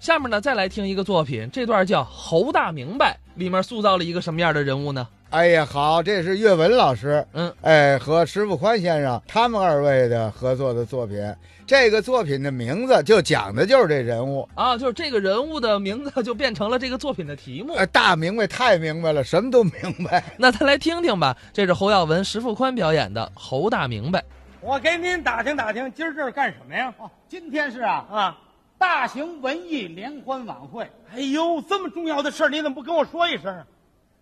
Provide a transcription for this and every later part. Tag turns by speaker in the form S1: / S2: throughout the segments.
S1: 下面呢，再来听一个作品，这段叫《侯大明白》，里面塑造了一个什么样的人物呢？
S2: 哎呀，好，这是岳文老师，
S1: 嗯，
S2: 哎，和石富宽先生他们二位的合作的作品。这个作品的名字就讲的就是这人物。
S1: 啊，就是这个人物的名字就变成了这个作品的题目。
S2: 呃，大明白，太明白了，什么都明白。
S1: 那咱来听听吧，这是侯耀文、石富宽表演的《侯大明白》。
S3: 我给您打听打听，今儿这是干什么呀？
S4: 哦，今天是啊
S3: 啊，
S4: 大型文艺联欢晚会，
S3: 哎呦，这么重要的事儿，你怎么不跟我说一声？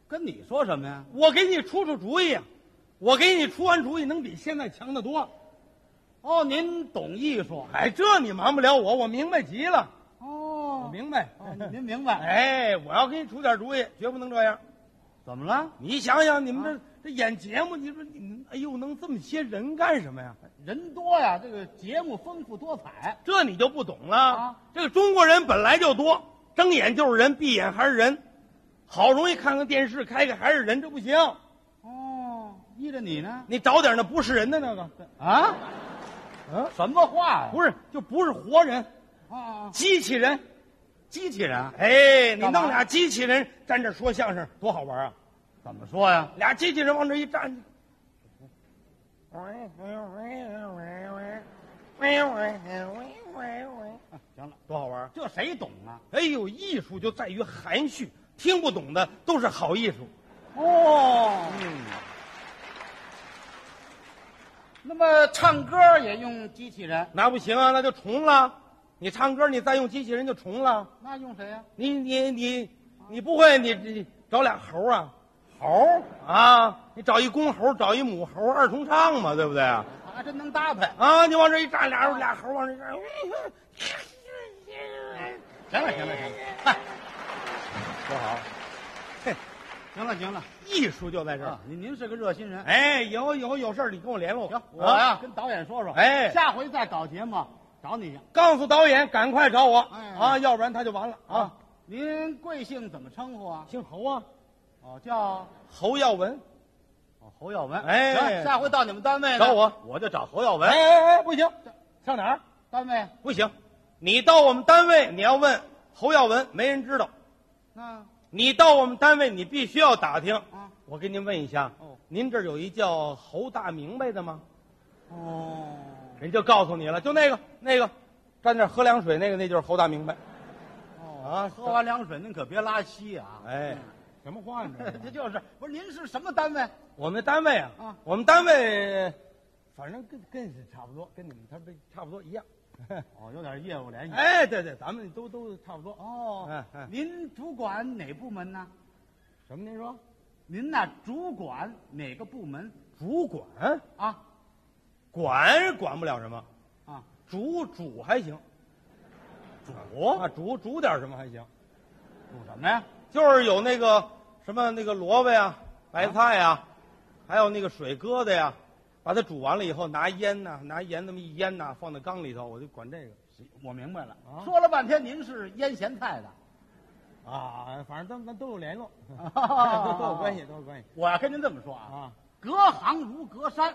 S4: 跟你说什么呀？
S3: 我给你出出主意啊！我给你出完主意，能比现在强得多。
S4: 哦，您懂艺术啊
S3: 哎，这你瞒不了我，我明白极了，我
S4: 哦，
S3: 明白。
S4: 哦您 明白？，
S3: 哎，我要给你出点主意，绝不能这样。
S4: 怎么了？
S3: 你想想，你们这、这演节目，你说你们，哎呦，能这么些人干什么呀？
S4: 人多呀，这个节目丰富多彩。
S3: 这你就不懂了。
S4: 啊
S3: 这个中国人本来就多，睁眼就是人，闭眼还是人。好容易看看电视，开开还是人，这不行。
S4: 哦，依着你呢？
S3: 你找点那不是人的那个，
S4: 啊？
S3: 嗯
S4: 什么话呀？
S3: 不是就不是活人，
S4: 啊啊，
S3: 机器人。
S4: 机器人啊
S3: 哎，你
S4: 干嘛
S3: 弄俩机器人站这说相声，多好玩啊！
S4: 怎么说呀？
S3: 俩机器人往这一站，
S4: 啊行了，
S3: 多好玩啊！
S4: 这谁懂啊？
S3: 哎呦，艺术就在于含蓄，听不懂的都是好艺术。
S4: 哦，嗯。那么唱歌也用机器人，
S3: 那不行啊，那就重了。你唱歌，你再用机器人就重了。
S4: 那用谁呀、
S3: 你你你你不会，你你找俩猴啊
S4: 猴
S3: 啊！你找一公猴，找一母猴，二重唱嘛，对不对啊？
S4: 还真能搭配。
S3: 啊，你往这一站，俩人俩猴往这一站，
S4: 行了行了行了，嗨，多好。嘿，行了行了，
S3: 艺术就在这儿
S4: 啊。，您您是个热心人。
S3: 哎，以后以后有事儿你跟我联络。
S4: 行，我
S3: 啊
S4: 呀、跟导演说说，
S3: 哎
S4: 下回再搞节目找你去
S3: 告诉导演赶快找我
S4: 哎
S3: 啊，要不然他就完了啊。。
S4: 您贵姓怎么称呼啊？
S3: 姓侯啊，
S4: 哦，叫
S3: 侯耀文。
S4: 哦侯耀文。
S3: 哎
S4: 行，下回到你们单位呢
S3: 找我，
S4: 我就找侯耀
S3: 哎
S4: 文。
S3: 哎哎，不行，上哪儿？
S4: 单位
S3: 不行，你到我们单位，你要问侯耀文，没人知道。
S4: 那
S3: 你到我们单位，你必须要打听。
S4: 啊
S3: 我跟您问一下，
S4: 哦
S3: 您这儿有一叫侯大明白的吗？
S4: 哦，
S3: 人就告诉你了，就那个那个，站那儿喝凉水那个，那就是侯大明白。
S4: 哦，喝完凉水您可别拉稀啊！
S3: 啊哎，什么话呢
S4: 这 就是不是您是什么单位？
S3: 我们单位啊，
S4: 啊
S3: 我们单位，反正跟跟是差不多，跟你们他们差不多一样。
S4: 哦，有点业务联系。
S3: 哎，对对，咱们都都差不多。
S4: 哦
S3: 哎哎，
S4: 您主管哪部门呢？
S3: 什么？您说
S4: 您呐，主管哪个部门
S3: 主管
S4: 啊？
S3: 管管不了什么，
S4: 啊，
S3: 主主还行，
S4: 主
S3: 啊主主点什么还行，
S4: 主什么
S3: 啊
S4: 呀？
S3: 就是有那个什么那个萝卜呀、白菜呀，还有那个水疙瘩呀，把它煮完了以后拿烟呐、拿盐那么一腌呐、放在缸里头，我就管这个
S4: 我明白了
S3: 啊，
S4: 说了半天您是腌咸菜的，
S3: 啊，反正咱咱都有联络，
S4: 啊
S3: 都都有关 系，都有关系
S4: 我要跟您这么说啊，
S3: 啊。
S4: 隔行如隔山，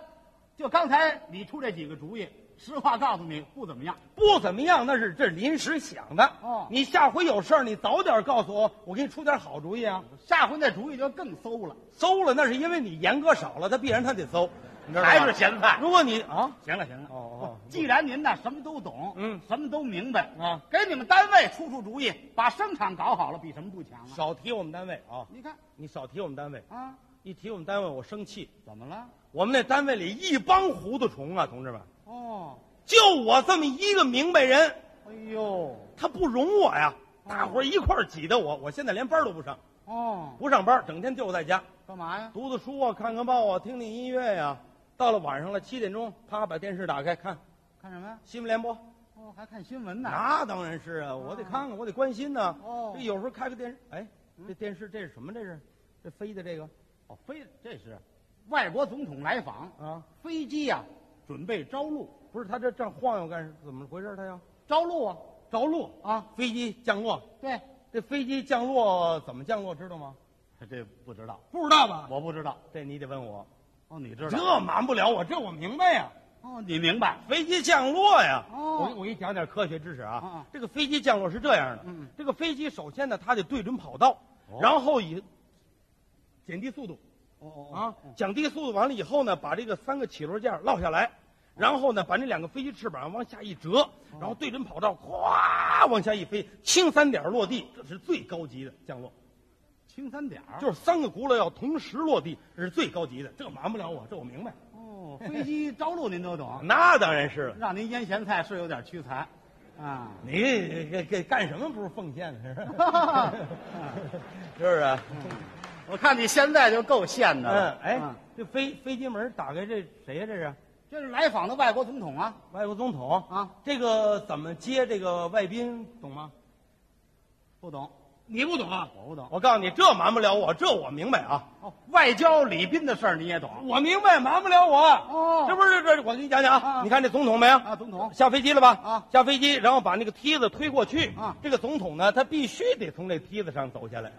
S4: 就刚才你出这几个主意，实话告诉你不怎么样。
S3: 不怎么样，那是这是临时想的。
S4: 哦
S3: 你下回有事儿，你早点告诉我，我给你出点好主意啊。
S4: 下回那主意就更馊了，
S3: 馊了，那是因为你严格少了，他必然他得馊，你知道吗？
S4: 还是嗯咸菜。
S3: 如果你啊，
S4: 行了行了，
S3: 哦哦
S4: 既然您呐什么都懂，
S3: 嗯
S4: 什么都明白
S3: 啊，
S4: 给你们单位出出主意，把生产搞好了，比什么不强啊？
S3: 少提我们单位啊，
S4: 你看
S3: 你少提我们单位，
S4: 啊，
S3: 一提我们单位我生气。
S4: 怎么了？
S3: 我们那单位里一帮糊涂虫啊，同志们，
S4: 哦，
S3: 就我这么一个明白人，
S4: 哎呦，
S3: 他不容我呀。
S4: 哦
S3: 大伙儿一块儿挤得我，我现在连班都不上，
S4: 哦，
S3: 不上班，整天就在家
S4: 干嘛呀？
S3: 读读书啊，看看报啊，听听音乐呀、到了晚上了，七点钟，啪把电视打开看
S4: 看什么呀？
S3: 新闻联播。
S4: 哦，还看新闻呢。
S3: 那当然是啊，我得看看，我得关心呐。
S4: 哦
S3: 这有时候开个电视，哎，这电视这是什么？这是这飞的这个
S4: 哦，飞，这是外国总统来访，
S3: 啊？
S4: 飞机呀、准备着陆，
S3: 不是，他这这样晃悠干什？怎么回事？他要
S4: 着陆啊
S3: 着陆，
S4: 啊，
S3: 飞机降落。
S4: 对，
S3: 这飞机降落怎么降落？知道吗？
S4: 这不知道，
S3: 不知道吧？
S4: 我不知道。
S3: 这你得问我，
S4: 哦，你知道？
S3: 这瞒不了我，这我明白呀。
S4: 哦，你明白？
S3: 飞机降落呀，我给
S4: 哦，
S3: 我给你讲点科学知识啊。
S4: 嗯嗯
S3: 这个飞机降落是这样的，
S4: 嗯
S3: 这个飞机首先呢，它得对准跑道，
S4: 哦
S3: 然后以减低速度
S4: 哦
S3: 啊，降低速度完了以后呢，把这个三个起落架落下来，然后呢，把那两个飞机翅膀往下一折，然后对准跑道，咵往下一飞，轻三点落地，这是最高级的降落，
S4: 轻三点儿。
S3: 就是三个轱辘要同时落地，这是最高级的，这瞒不了我，这我明白。
S4: 哦，飞机着陆您都懂，
S3: 啊那当然是了，
S4: 让您腌咸菜是有点屈才，啊，
S3: 你给给干什么不是奉献呢？ 是不是啊？
S4: 我看你现在就够现
S3: 嗯
S4: 的
S3: 啊
S4: 了。，
S3: 哎，这飞飞机门打开，这谁呀？这是
S4: 这是来访的外国总统啊，
S3: 外国总统
S4: 啊？
S3: 这个怎么接这个外宾，懂吗？
S4: 不懂，
S3: 你不懂啊？
S4: 我不懂。
S3: 我告诉你，这瞒不了我，这我明白啊，
S4: 哦，外交礼宾的事儿你也懂
S3: 我明白，瞒不了我。
S4: 哦
S3: 这不是这，我给你讲讲
S4: 啊
S3: 啊。你看这总统没有？
S4: 啊，总统。
S3: 下飞机了吧？
S4: 啊
S3: 下飞机，然后把那个梯子推过去。
S4: 啊
S3: 这个总统呢，他必须得从这梯子上走下来。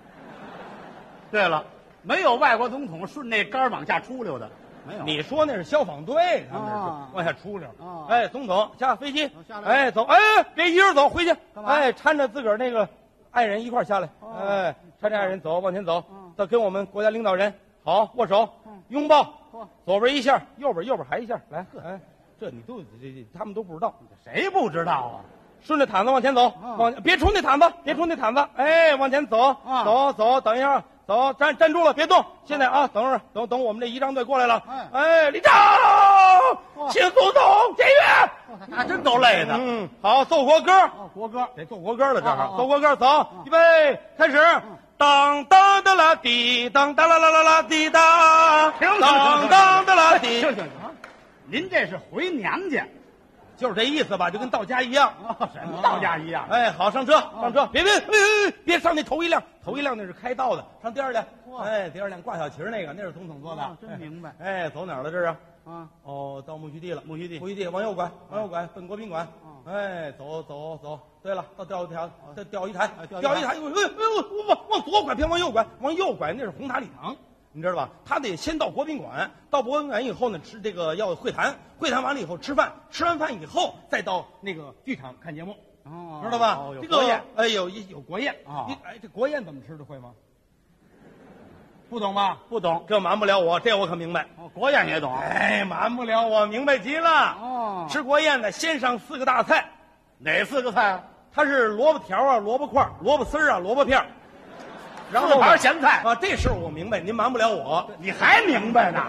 S4: 对了，没有外国总统顺那杆儿往下出溜的，没有。
S3: 你说那是消防队，他们是
S4: 啊
S3: 往下出溜。
S4: 啊
S3: 哎，总统下飞机
S4: 哦下，来
S3: 哎，走，哎，别一人走，回去。
S4: 干嘛
S3: 哎，搀着自个儿那个爱人一块儿下来，
S4: 哦
S3: 哎，搀着爱人走，往前走
S4: 嗯，
S3: 到跟我们国家领导人好握手
S4: 嗯，
S3: 拥抱
S4: 嚯，
S3: 左边一下，右边右边还一下，来，哎，这你都这这他们都不知道，
S4: 谁不知道啊？
S3: 顺着毯子往前走，
S4: 嗯
S3: 往别冲那毯子，别冲那毯子，哎，往前走，
S4: 啊
S3: 走走，等一下，走，站站住了，别动，现在啊，等会儿，等等我们这仪仗队过来了
S4: 哎，
S3: 哎，立正，
S4: 哇
S3: 请总统检阅。
S4: 那真够累的。
S3: 嗯，好，奏国歌，
S4: 哦，国歌。
S3: 得奏国歌了，这
S4: 啊
S3: 儿
S4: 啊啊
S3: 奏国歌，走，预备，开始。
S4: 嗯
S3: 当当的啦滴，当当啦啦啦啦滴答，
S4: 停停
S3: 当
S4: 停
S3: 当的啦滴，
S4: 行行行，您这是回娘家，
S3: 就是这意思吧，就跟到家一样。
S4: 哦，什么道家一样？
S3: 哎，好，上车，上车，别别别别别上那头一辆，头一辆那是开道的，上第二辆
S4: 哇。
S3: 哎，第二辆挂小旗儿那个，那是总统做
S4: 啊
S3: 的，
S4: 真明白
S3: 哎，走哪儿了这是？
S4: 啊，
S3: 哦，到木须地了，
S4: 木须地
S3: 木须地往右拐，往右拐，奔国宾馆。
S4: 嗯
S3: 哎，走走走，对了，到钓鱼台，再钓鱼台
S4: 啊，钓鱼
S3: 钓鱼
S4: 台
S3: 台，哎呦哎呦哎呦，往往左拐，别往右拐，往右拐那是红塔礼堂。你知道吧？他得先到国宾馆，到国宾馆以后呢，吃这个要会谈，会谈完了以后吃饭，吃完饭以后再到那个剧场看节目。
S4: 哦
S3: 知道吧？
S4: 哦有
S3: 这
S4: 国
S3: 个
S4: 宴
S3: 哎，有一有国宴
S4: 啊
S3: 你哎，这国宴怎么吃的会吗？不懂吧？
S4: 不懂
S3: 这瞒不了我，这我可明白。
S4: 哦，国宴也懂
S3: 哎，瞒不了我，明白极了。
S4: 哦
S3: 吃国宴呢，先上四个大菜，
S4: 哪四个菜啊？
S3: 它是萝卜条啊、萝卜块儿、萝卜丝儿啊、萝卜片儿然
S4: 四
S3: 后
S4: 盘
S3: 呢
S4: 咸菜，
S3: 啊，这事儿我明白，您瞒不了我。
S4: 你还明白呢？